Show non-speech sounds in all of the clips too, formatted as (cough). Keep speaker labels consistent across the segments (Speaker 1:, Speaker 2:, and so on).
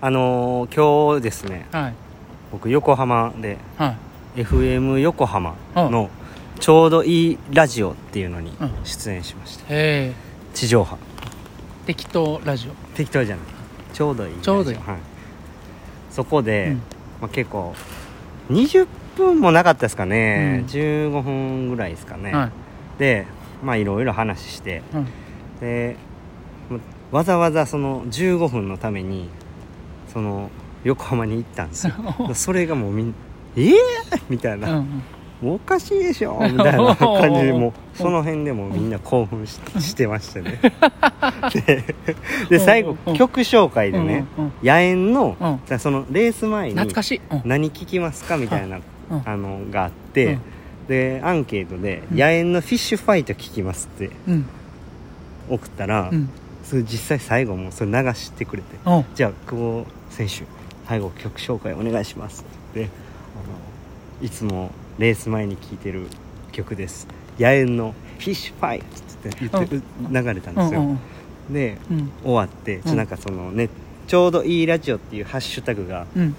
Speaker 1: あのー今日ですね
Speaker 2: はい
Speaker 1: 僕横浜で
Speaker 2: はい
Speaker 1: FM 横浜
Speaker 2: う
Speaker 1: のちょうどいいラジオっていうのに
Speaker 2: うん
Speaker 1: 出演しました、
Speaker 2: え
Speaker 1: 地上波
Speaker 2: ー、適当ラジ
Speaker 1: 適当じゃないちょうどいいラジオ
Speaker 2: ちょうどいい
Speaker 1: はい、そこ
Speaker 2: オ、
Speaker 1: で、
Speaker 2: うん
Speaker 1: まあ、結構20分もなかったですかね、
Speaker 2: うん
Speaker 1: 15分ぐらいですかね、
Speaker 2: はい
Speaker 1: でまあいろいろ話して
Speaker 2: うん
Speaker 1: でまわざわざその15分のためにその横浜に行ったんですよ (laughs) それがもうみんえー!」みたいな、
Speaker 2: うん
Speaker 1: もうおかしいでしょみたい
Speaker 2: (laughs)
Speaker 1: な感じでもう
Speaker 2: おー
Speaker 1: その辺でもうみんな興奮し (laughs) してました
Speaker 2: (laughs)
Speaker 1: ねでで最後
Speaker 2: うん
Speaker 1: 曲紹介でね
Speaker 2: うんうん
Speaker 1: 野猿の
Speaker 2: うん
Speaker 1: だからそのレース前に
Speaker 2: 懐かしい、うん
Speaker 1: 何聴きますかみたいな
Speaker 2: うん
Speaker 1: あのがあってでアンケートで「
Speaker 2: うん
Speaker 1: 野猿のフィッシュファイト聴きます」って
Speaker 2: うん
Speaker 1: 送ったら
Speaker 2: うん
Speaker 1: それ実際最後もうそれ流してくれて
Speaker 2: うん
Speaker 1: じゃあ久保選手最後曲紹介お願いしますって言ってあのいつもレース前に聴いてる曲です「野猿のフィッシュファイト」って言って流れたん
Speaker 2: う
Speaker 1: で
Speaker 2: ん
Speaker 1: す
Speaker 2: う
Speaker 1: よ
Speaker 2: ん
Speaker 1: で
Speaker 2: うん
Speaker 1: 終わってちょ
Speaker 2: うん
Speaker 1: なんかそのねちょうどいいラジオっていうハッシュタグが
Speaker 2: うん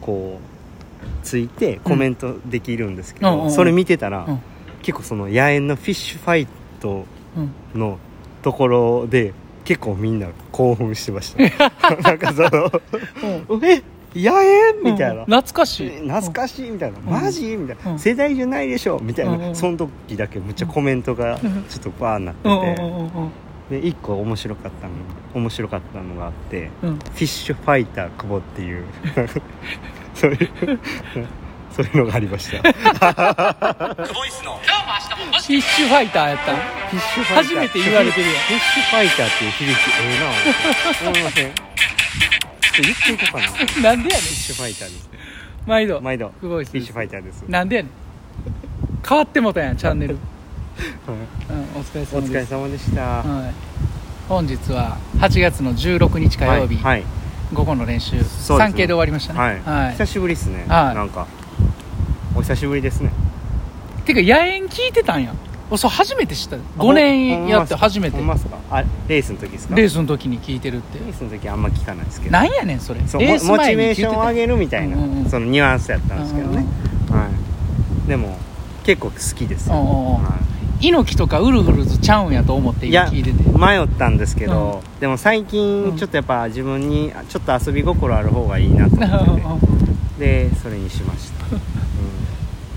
Speaker 1: こうついてコメントできるんですけど、
Speaker 2: うんうん
Speaker 1: それ見てたら、
Speaker 2: うん
Speaker 1: 結構その野猿のフィッシュファイト
Speaker 2: うん
Speaker 1: のところで結構みんな興奮してました
Speaker 2: (laughs)
Speaker 1: なんかその「え野猿?」みたいな。
Speaker 2: 懐かしい
Speaker 1: 懐かしいみたいな、
Speaker 2: ん
Speaker 1: マジみたいな、
Speaker 2: うん
Speaker 1: 世代じゃないでしょみたいな、
Speaker 2: うんうん
Speaker 1: その時だけむっちゃコメントが
Speaker 2: うん
Speaker 1: ちょっとバーになって
Speaker 2: うんうん
Speaker 1: て、で一個面白かったの面白かったのがあって、
Speaker 2: うんうん
Speaker 1: フィッシュファイター久保っていう (laughs) そういう (laughs) そういうのがありましたフィ
Speaker 2: フィッシュファイターやったの
Speaker 1: ッシュファイター
Speaker 2: 初めて言われてるよ
Speaker 1: フィッシュファイターっていう響きええな思いませんちょっと言っていこうかなフィッ
Speaker 2: なんでやねん
Speaker 1: シュファイターです
Speaker 2: 毎度
Speaker 1: 毎度
Speaker 2: すごい
Speaker 1: フィッシュフ
Speaker 2: ァイ
Speaker 1: ァイターです
Speaker 2: ターなんでやねん変わってもたやんチャンネル、うん、
Speaker 1: はい
Speaker 2: お疲れ様です
Speaker 1: お疲れ様でした
Speaker 2: はい、本日は8月の16日火曜日、
Speaker 1: はい
Speaker 2: 午後の練習、
Speaker 1: すね
Speaker 2: 3系で終わりましたね、
Speaker 1: はいはい久しぶりですね
Speaker 2: はい
Speaker 1: なんかお久しぶりですね
Speaker 2: てか野縁聞いてたんやおそう初めて知った5
Speaker 1: ほ
Speaker 2: 年
Speaker 1: ん
Speaker 2: やって初めて
Speaker 1: ほんまっすかあレースの時ですか
Speaker 2: レ
Speaker 1: レ
Speaker 2: ー
Speaker 1: ー
Speaker 2: スの時に聞いてるって
Speaker 1: スの時あんま聞かないですけど
Speaker 2: なんやねんそれ
Speaker 1: そう
Speaker 2: レ
Speaker 1: モ
Speaker 2: ース
Speaker 1: モチ
Speaker 2: 前に
Speaker 1: ベ
Speaker 2: 聞
Speaker 1: ー
Speaker 2: いて
Speaker 1: ショ
Speaker 2: た
Speaker 1: ンを上げるみたいな、
Speaker 2: うんうんうん
Speaker 1: そのニュアンスやったんですけどね、はい、でも結構好きですよ、
Speaker 2: うんうんうん
Speaker 1: は
Speaker 2: 猪木とかウルフルズちゃうんやと思って
Speaker 1: い、い
Speaker 2: 今
Speaker 1: や
Speaker 2: 聞いてて (laughs)
Speaker 1: 迷ったんですけど、でも最
Speaker 2: う
Speaker 1: 近
Speaker 2: ん
Speaker 1: ちょっとやっぱ自分にちょっと遊び心ある方がいいなと思
Speaker 2: (laughs)
Speaker 1: ってて、でそれにしました、うん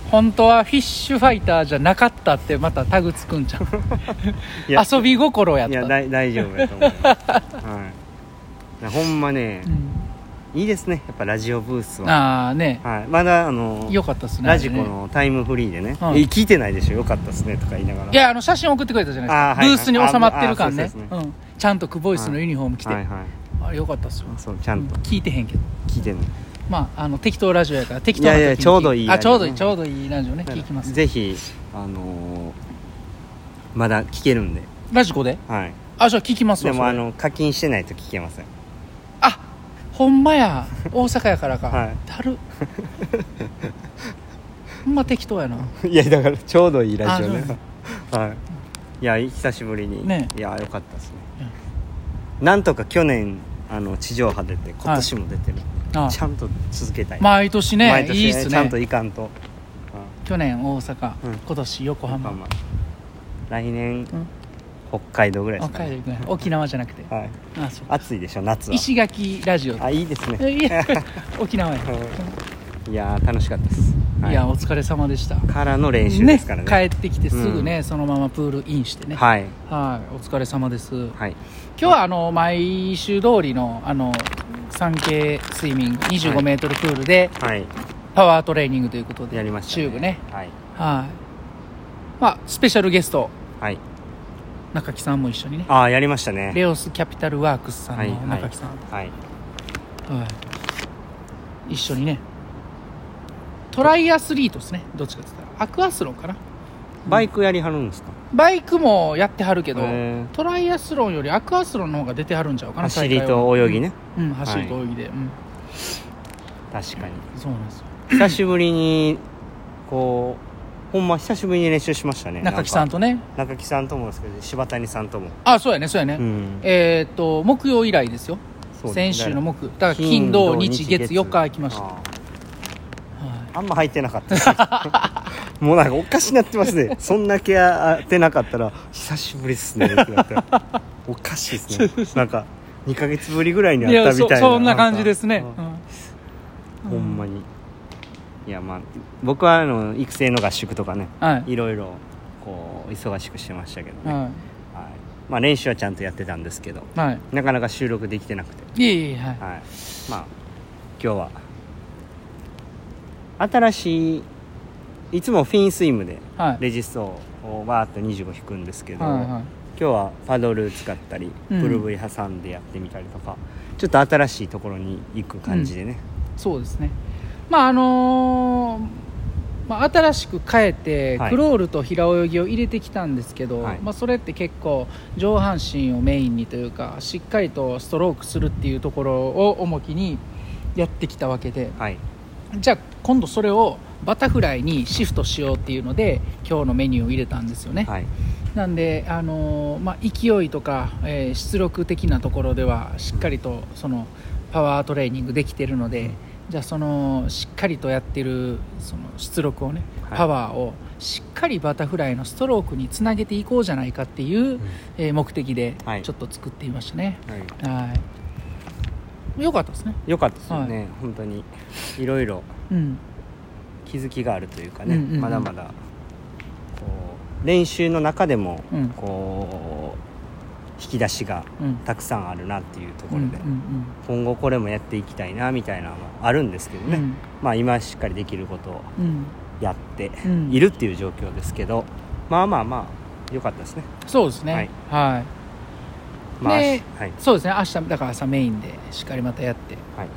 Speaker 2: 本当はフィッシュファイターじゃなかったってまたタグつくんちゃう
Speaker 1: (laughs) いや
Speaker 2: 遊び心やっ
Speaker 1: い
Speaker 2: た
Speaker 1: や大大丈夫やと思い
Speaker 2: (laughs)
Speaker 1: ます、はい、ほんまね
Speaker 2: う、ん
Speaker 1: いいですねやっぱラジオブースは、
Speaker 2: ああね
Speaker 1: はい、まだあの
Speaker 2: よかったっすね
Speaker 1: ラジコ
Speaker 2: あれね
Speaker 1: のタイムフリーでね「
Speaker 2: うん
Speaker 1: え聞いてないでしょよかったっすね」とか言いながら
Speaker 2: いやあの写真送ってくれたじゃないですか
Speaker 1: あーはい
Speaker 2: ブースに収まってる感
Speaker 1: あー
Speaker 2: ね
Speaker 1: そうですそ
Speaker 2: うんちゃんとクボイスのユニフォーム着て
Speaker 1: はいはい
Speaker 2: あれよかったっすよ
Speaker 1: そうちゃんと
Speaker 2: 聞いてへんけど
Speaker 1: 聞いてる
Speaker 2: まああの適当ラジオやから適当な時に
Speaker 1: いやいやちょうどいい
Speaker 2: あ
Speaker 1: ラ
Speaker 2: ち
Speaker 1: ジ
Speaker 2: ょ
Speaker 1: オ
Speaker 2: うどいいちょうどいいラジオね聞きます
Speaker 1: ぜひあのーまだ聞けるんで
Speaker 2: ラジコで
Speaker 1: はい
Speaker 2: あじゃあ聞きます
Speaker 1: で
Speaker 2: よ
Speaker 1: も
Speaker 2: そ
Speaker 1: あ
Speaker 2: れ
Speaker 1: の課金してないと聞けません
Speaker 2: あほんまや大阪やから
Speaker 1: (laughs)
Speaker 2: か
Speaker 1: はい
Speaker 2: だるほんま適当やな
Speaker 1: (laughs)
Speaker 2: い
Speaker 1: やだからちょうどいいラジオ
Speaker 2: あそう
Speaker 1: ねはいいや久しぶりに、
Speaker 2: ね
Speaker 1: いやよかったですね、なんとか去年あの地上波出て今年も出てる、
Speaker 2: あ
Speaker 1: ちゃんと続けたい、
Speaker 2: 毎年ね
Speaker 1: 毎年
Speaker 2: いいっす
Speaker 1: ちゃんと
Speaker 2: ね
Speaker 1: いかんと、
Speaker 2: 去年大阪、
Speaker 1: うん
Speaker 2: 今年横
Speaker 1: うん
Speaker 2: 浜
Speaker 1: まあまあ来年、
Speaker 2: ん
Speaker 1: 北海道ぐらいです
Speaker 2: 北
Speaker 1: か、
Speaker 2: 海道
Speaker 1: ね
Speaker 2: 行くね沖縄じゃなくて
Speaker 1: はい、
Speaker 2: あそう
Speaker 1: 暑いでしょ夏は
Speaker 2: 石垣ラジオ
Speaker 1: あいいですね
Speaker 2: いや沖縄や、
Speaker 1: いやー楽しかったです、はい
Speaker 2: いやお疲れ様でした
Speaker 1: からの練習ですからね
Speaker 2: 帰ってきてすぐね、そのままプールインしてねはい、
Speaker 1: はい
Speaker 2: お疲れ様です今
Speaker 1: はい
Speaker 2: 日はあの毎週通りのあの 3K スイミング2 5メートルプールで
Speaker 1: はい
Speaker 2: パワートレーニングということで
Speaker 1: やりました
Speaker 2: チューブね
Speaker 1: はい
Speaker 2: はいまあスペシャルゲスト
Speaker 1: はい
Speaker 2: 中木さんも一緒にね
Speaker 1: ああやりましたね
Speaker 2: レオスキャピタルワークスさ
Speaker 1: は
Speaker 2: ん
Speaker 1: い
Speaker 2: の
Speaker 1: はい
Speaker 2: 中木さん、
Speaker 1: はい
Speaker 2: はい、一緒にねトライアスリートですねどっちかって言ったらアクアスロンかな
Speaker 1: バイクやりはるんですか
Speaker 2: バイクもやってはるけど
Speaker 1: へー
Speaker 2: トライアスロンよりアクアスロンの方が出てはるんちゃうかな
Speaker 1: 走りと泳ぎ、ね
Speaker 2: 大会はうんうん、走りと泳ぎで、うん
Speaker 1: 確かに
Speaker 2: そうなんですよ
Speaker 1: 久しぶりにこうほんま久しぶりに練習しましたね
Speaker 2: 中木さん
Speaker 1: と
Speaker 2: とね
Speaker 1: 中木さんともですけど柴谷さんとも
Speaker 2: あそうやねそうやね、
Speaker 1: うん
Speaker 2: えーっと木曜以来ですよ
Speaker 1: そうですね
Speaker 2: 先週の木だから金土日月4日空きまし
Speaker 1: あ
Speaker 2: た、は
Speaker 1: ー
Speaker 2: い
Speaker 1: あんま入ってなかった
Speaker 2: (laughs)
Speaker 1: ですもうなんかおかしなってますねそんだけ当てなかったら久しぶりっすねってなったらおかしいですね
Speaker 2: (laughs)
Speaker 1: なんか2ヶ月ぶりぐらいに
Speaker 2: い
Speaker 1: 会った
Speaker 2: や
Speaker 1: みた
Speaker 2: そ
Speaker 1: いな
Speaker 2: そんな感じですね
Speaker 1: なん、
Speaker 2: う
Speaker 1: か
Speaker 2: ん
Speaker 1: ほんまにいやまあ僕はあの育成の合宿とかね
Speaker 2: はい、
Speaker 1: いろいろこう忙しくしてましたけどね、はい
Speaker 2: は
Speaker 1: まあ、練習はちゃんとやってたんですけど
Speaker 2: いはい
Speaker 1: なかなか収録できてなくて、
Speaker 2: いえいえはい
Speaker 1: はい、まあ今日は新しいいつもフィンスイムで
Speaker 2: はい
Speaker 1: レジストをバーッと25引くんですけど、
Speaker 2: はいはい
Speaker 1: 今日はパドル使ったり
Speaker 2: うん
Speaker 1: ブルブイ挟んでやってみたりとか、ちょっと新しいところに行く感じでね、
Speaker 2: そうですねまああのーまあ、新しく変えて
Speaker 1: はい
Speaker 2: クロールと平泳ぎを入れてきたんですけど、
Speaker 1: はい
Speaker 2: まあ、それって結構上半身をメインにというかしっかりとストロークするっていうところを重きにやってきたわけで
Speaker 1: はい
Speaker 2: じゃあ今度それをバタフライにシフトしようっていうので今日のメニューを入れたんですよね、
Speaker 1: はい
Speaker 2: なんで、あのーまあ、勢いとか、えー出力的なところではしっかりとそのパワートレーニングできてるので、じゃあそのしっかりとやってるその出力をね、
Speaker 1: はい
Speaker 2: パワーをしっかりバタフライのストロークにつなげていこうじゃないかっていう、えー目的で
Speaker 1: はい
Speaker 2: ちょっと作っていましたね、
Speaker 1: はい
Speaker 2: はいよかったですね、
Speaker 1: よかったですよね、本当にいろいろ
Speaker 2: うん、
Speaker 1: 気づきがあるというかね、
Speaker 2: うんうんうん
Speaker 1: まだまだこう練習の中でも
Speaker 2: うん
Speaker 1: こう引き出しが
Speaker 2: うん
Speaker 1: たくさんあるなっていうところ
Speaker 2: うん
Speaker 1: で、
Speaker 2: うんうん
Speaker 1: 今後これもやっていきたいなみたいなのもあるんですけどね、
Speaker 2: うん
Speaker 1: まあ今しっかりできることを
Speaker 2: うん
Speaker 1: やって
Speaker 2: うん
Speaker 1: いるっていう状況ですけど、まあまあまあ良かったですね。
Speaker 2: そうですね
Speaker 1: はい
Speaker 2: はい
Speaker 1: まあ、
Speaker 2: で
Speaker 1: はい
Speaker 2: そうですね明日だから朝メインでしっかりまたやって
Speaker 1: はい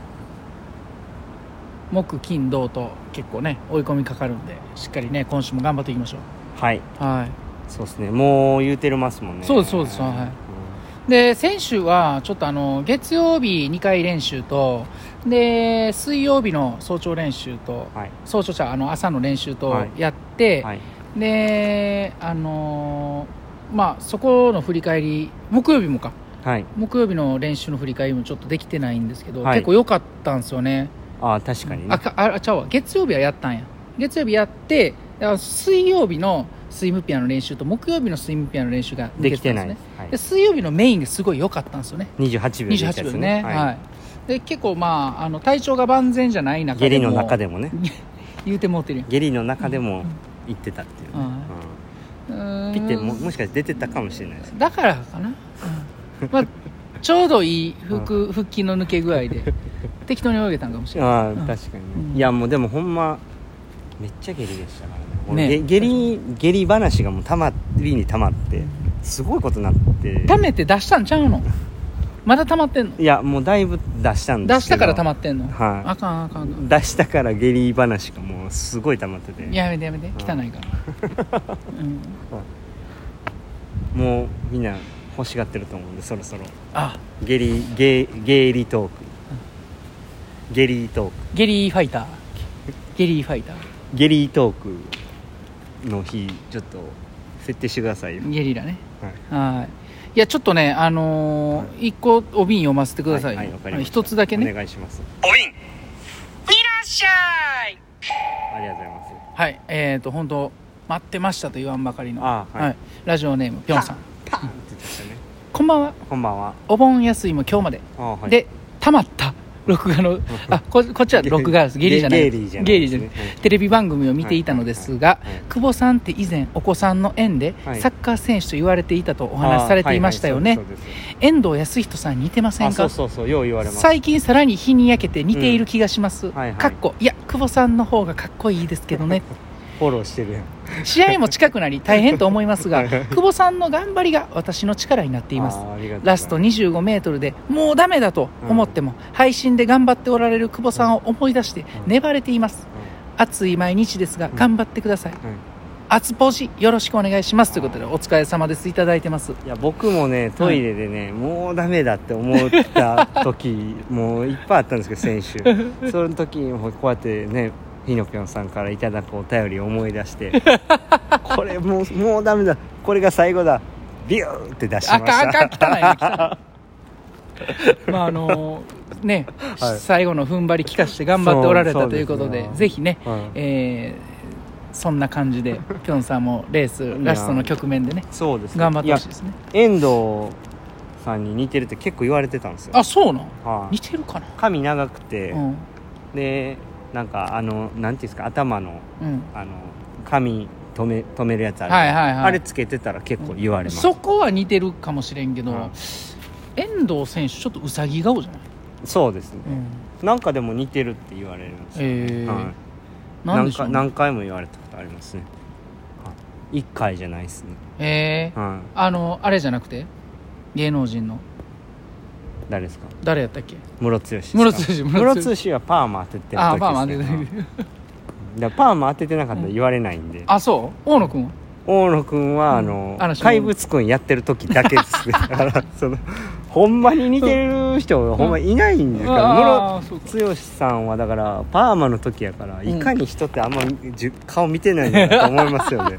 Speaker 2: 木金銅と結構ね追い込みかかるんでしっかりね今週も頑張っていきましょ
Speaker 1: はい、
Speaker 2: うは
Speaker 1: そうですね。もう言うてるますもんね。
Speaker 2: そうですそうですはいいで先週はちょっとあの月曜日2回練習とで水曜日の早朝練習と
Speaker 1: うんはい
Speaker 2: 早朝じゃあの朝の練習と
Speaker 1: はい
Speaker 2: やって、
Speaker 1: はい
Speaker 2: であのーまあそこの振り返り木曜日もか
Speaker 1: はい。
Speaker 2: 木曜日の練習の振り返りもちょっとできてないんですけど、
Speaker 1: はい
Speaker 2: 結構良かったんですよね
Speaker 1: ああ確かにね
Speaker 2: あ。かあちゃうわ月曜日はやったんや月曜日やってだから水曜日のスイムピアの練習と木曜日のスイムピアの練習が
Speaker 1: で
Speaker 2: で
Speaker 1: き
Speaker 2: き
Speaker 1: て
Speaker 2: て
Speaker 1: ない
Speaker 2: たん
Speaker 1: で
Speaker 2: ですすね
Speaker 1: はい
Speaker 2: で水曜日のメインがすごい良かったんですよね
Speaker 1: 28秒でいいやつ
Speaker 2: 28
Speaker 1: ね
Speaker 2: 秒ねはい、で結構まああの体調が万全じゃない中
Speaker 1: 下
Speaker 2: で
Speaker 1: 痢
Speaker 2: も
Speaker 1: の中でもね
Speaker 2: 言うてもうてるやん
Speaker 1: 下痢の中でも行ってたっていうね、
Speaker 2: うん
Speaker 1: う
Speaker 2: うんーん
Speaker 1: ピッてももしかして出てたかもしれないです
Speaker 2: だからかな、うん
Speaker 1: (laughs)
Speaker 2: まあ、ちょうどいい腹腹筋の抜け具合で適当に泳げたんかもしれない
Speaker 1: ああ、
Speaker 2: うん
Speaker 1: 確かにね、
Speaker 2: うん
Speaker 1: いやもうでもほんまめっちゃ下痢でしたからね俺
Speaker 2: ね
Speaker 1: げ下痢下痢話がもうたまりにたまってすごいことになって
Speaker 2: 溜めて出したんちゃうのまだ溜まってんの
Speaker 1: いやもうだいぶ出したんですけど
Speaker 2: 出したから溜ま
Speaker 1: っ
Speaker 2: ってんの、
Speaker 1: はい
Speaker 2: あかんあかんあかん
Speaker 1: 出したから下痢話がもうすごいたまってて
Speaker 2: やめてやめて汚いから、うん、
Speaker 1: もうみんな欲しがってると思うんでそろそろ
Speaker 2: あ
Speaker 1: 下痢下下痢トーク下痢トーク
Speaker 2: ゲリーファイターゲリーファイタ
Speaker 1: ゲリートークの日ちょっと設定してくださいよ
Speaker 2: ーゲリラね
Speaker 1: はい
Speaker 2: はいいやちょっとねあのー一個お瓶読ませてください
Speaker 1: はい
Speaker 2: よ
Speaker 1: わかりました
Speaker 2: 一つだけね
Speaker 1: お願いします
Speaker 2: お瓶いらっしゃい
Speaker 1: ありがとうございます
Speaker 2: はいえっ、ー、と本当待ってましたと言わんばかりの
Speaker 1: あはい
Speaker 2: ラジオネームぴょんさん
Speaker 1: パーンって言ってましたね
Speaker 2: こんばんは
Speaker 1: こんばんは
Speaker 2: お盆休みも今日まで
Speaker 1: あはい
Speaker 2: で、たまった、録画の、あここっちは録画です、ゲリじゃない、
Speaker 1: ゲゲリじゃない
Speaker 2: ゲリ
Speaker 1: ですねはい
Speaker 2: テレビ番組を見ていたのですが
Speaker 1: はいはいはいはい、
Speaker 2: 久保さんって以前、お子さんの縁で
Speaker 1: はい
Speaker 2: サッカー選手と言われていたとお話しされていましたよ
Speaker 1: あ
Speaker 2: ね
Speaker 1: はい、はいそうですそうです
Speaker 2: 遠藤康人さん、似てませ
Speaker 1: あ
Speaker 2: ん
Speaker 1: そ
Speaker 2: か
Speaker 1: うそうそうよう言われます
Speaker 2: 最近、さらに日に焼けて似ている気がします、
Speaker 1: はいはい
Speaker 2: かっこ、いや、久保さんの方がかっこいいです
Speaker 1: (laughs)
Speaker 2: けどね、
Speaker 1: フォローしてるやん
Speaker 2: 試合も近くなり、大変と思いますが、久保さんの頑張りが私の力になっています
Speaker 1: あ。ーありがとうございます
Speaker 2: ラスト25メートルでもうダメだと思っても、配信で頑張っておられる久保さんを思い出して
Speaker 1: うん
Speaker 2: 粘れています。暑い毎日ですが
Speaker 1: うん
Speaker 2: 頑張ってください。
Speaker 1: うんうん
Speaker 2: 暑ポジよろしくお願いしますということでお疲れ様ですいただいてます。
Speaker 1: いや僕もねトイレでね、もうダメだって思った時も
Speaker 2: (laughs)
Speaker 1: ういっぱいあったんですけど先週その時にもこうやってねひのぴょんさんからいただくお便りを思い出して
Speaker 2: (laughs)
Speaker 1: これもうもうダメだこれが最後だビューって出しま
Speaker 2: あ
Speaker 1: した
Speaker 2: かんあかん汚いね汚まああのね、
Speaker 1: はい
Speaker 2: 最後の踏ん張り効かして頑張っておられ
Speaker 1: そ
Speaker 2: た
Speaker 1: う
Speaker 2: ということ
Speaker 1: そう
Speaker 2: で
Speaker 1: ですね
Speaker 2: ぜひね、
Speaker 1: はい
Speaker 2: えーそんな感じでピョンさんもレースラストの局面でね
Speaker 1: そうですね
Speaker 2: 頑張ってほしい
Speaker 1: い
Speaker 2: ですね
Speaker 1: や遠藤さんに似てるって結構言われてたんですよ
Speaker 2: あそうなん
Speaker 1: はい
Speaker 2: 似てるかな
Speaker 1: 髪長くて、
Speaker 2: うん
Speaker 1: でなんかあのなんていうんですか頭の
Speaker 2: うん
Speaker 1: あの髪留め留めるやつある、
Speaker 2: はいはいはい
Speaker 1: あれつけてたら結構言われます、
Speaker 2: そこは似てるかもしれんけど、
Speaker 1: うん
Speaker 2: 遠藤選手ちょっとウサギ顔じゃない、
Speaker 1: そうですね、なんかでも似てるって言われるんですよ、
Speaker 2: えー
Speaker 1: はい
Speaker 2: なん
Speaker 1: 何
Speaker 2: でしょ
Speaker 1: 回
Speaker 2: うね
Speaker 1: 何回も言われたことありますねはい一回じゃないですね、
Speaker 2: えー
Speaker 1: は
Speaker 2: あのあれじゃなくて芸能人の
Speaker 1: い、誰ですか
Speaker 2: 誰やったっけ
Speaker 1: ムロツヨシですか
Speaker 2: ムロツヨシ
Speaker 1: ムロツヨシはパーマ当ててる時です、ね、
Speaker 2: あーパーマ当てて
Speaker 1: はいだからパーマ当ててなかったら言われないんで、
Speaker 2: あそう大野君は
Speaker 1: 大野くんはあ
Speaker 2: う
Speaker 1: の
Speaker 2: んあの
Speaker 1: 怪物くんやってる時だけですねあのそのほんまに似てる人ほんまいないんだから
Speaker 2: あーそうか
Speaker 1: ムロ剛さんはだからパーマの時やから
Speaker 2: ん
Speaker 1: いかに人ってあんまじゅ顔見てないのかと思います
Speaker 2: (laughs)
Speaker 1: よね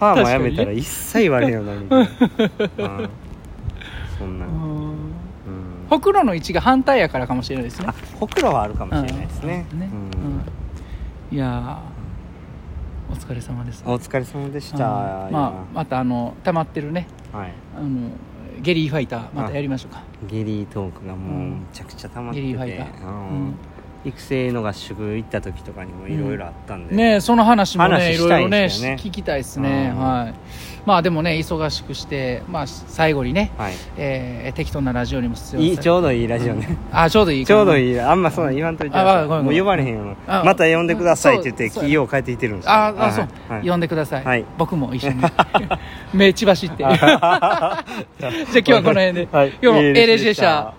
Speaker 1: パーマやめたら一切言われへんようになるみたいなうんそんな、
Speaker 2: う
Speaker 1: うん
Speaker 2: んほくろの位置が反対やからかもしれないですね
Speaker 1: あほくろはあるかもしれないですね,、
Speaker 2: うん
Speaker 1: うん
Speaker 2: うんいやーお疲れ様です
Speaker 1: お疲れ様でした、
Speaker 2: あーまあ、またあの溜まってるね
Speaker 1: あはい
Speaker 2: あのゲリーファイターまたやりましょうか
Speaker 1: ゲリートークがもう
Speaker 2: うん
Speaker 1: めちゃくちゃ溜まって
Speaker 2: ゲリ
Speaker 1: て、
Speaker 2: ーファイター
Speaker 1: うん育成の合宿行った時とかにもいろいろあったんで、
Speaker 2: ねえその話もね
Speaker 1: 話
Speaker 2: い
Speaker 1: し
Speaker 2: ろ
Speaker 1: た
Speaker 2: いろ
Speaker 1: い
Speaker 2: ね
Speaker 1: ですよね
Speaker 2: 聞きたいですね、
Speaker 1: うん
Speaker 2: はいまあでもね忙しくして、まあ、最後にね、
Speaker 1: はい、
Speaker 2: えー適当なラジオにも必要
Speaker 1: いいちょうどいいラジオね、
Speaker 2: あちょうどいい
Speaker 1: ちょうど
Speaker 2: い
Speaker 1: いいあんまそんなん言わんといてくだ
Speaker 2: あ
Speaker 1: さ
Speaker 2: あ
Speaker 1: い
Speaker 2: ごめ
Speaker 1: も
Speaker 2: んご
Speaker 1: う
Speaker 2: めん
Speaker 1: 呼ばれへんよ
Speaker 2: あ
Speaker 1: また呼んでくださいって言って
Speaker 2: そうそう
Speaker 1: 企業を変えていってるんですよ
Speaker 2: ああそう、
Speaker 1: はい
Speaker 2: 呼んでください、
Speaker 1: はい
Speaker 2: 僕も一緒に
Speaker 1: (laughs)
Speaker 2: (laughs) 目血走ってじゃあ今日はこの辺で
Speaker 1: はい
Speaker 2: 今日も
Speaker 1: いい
Speaker 2: LG
Speaker 1: レジ
Speaker 2: でした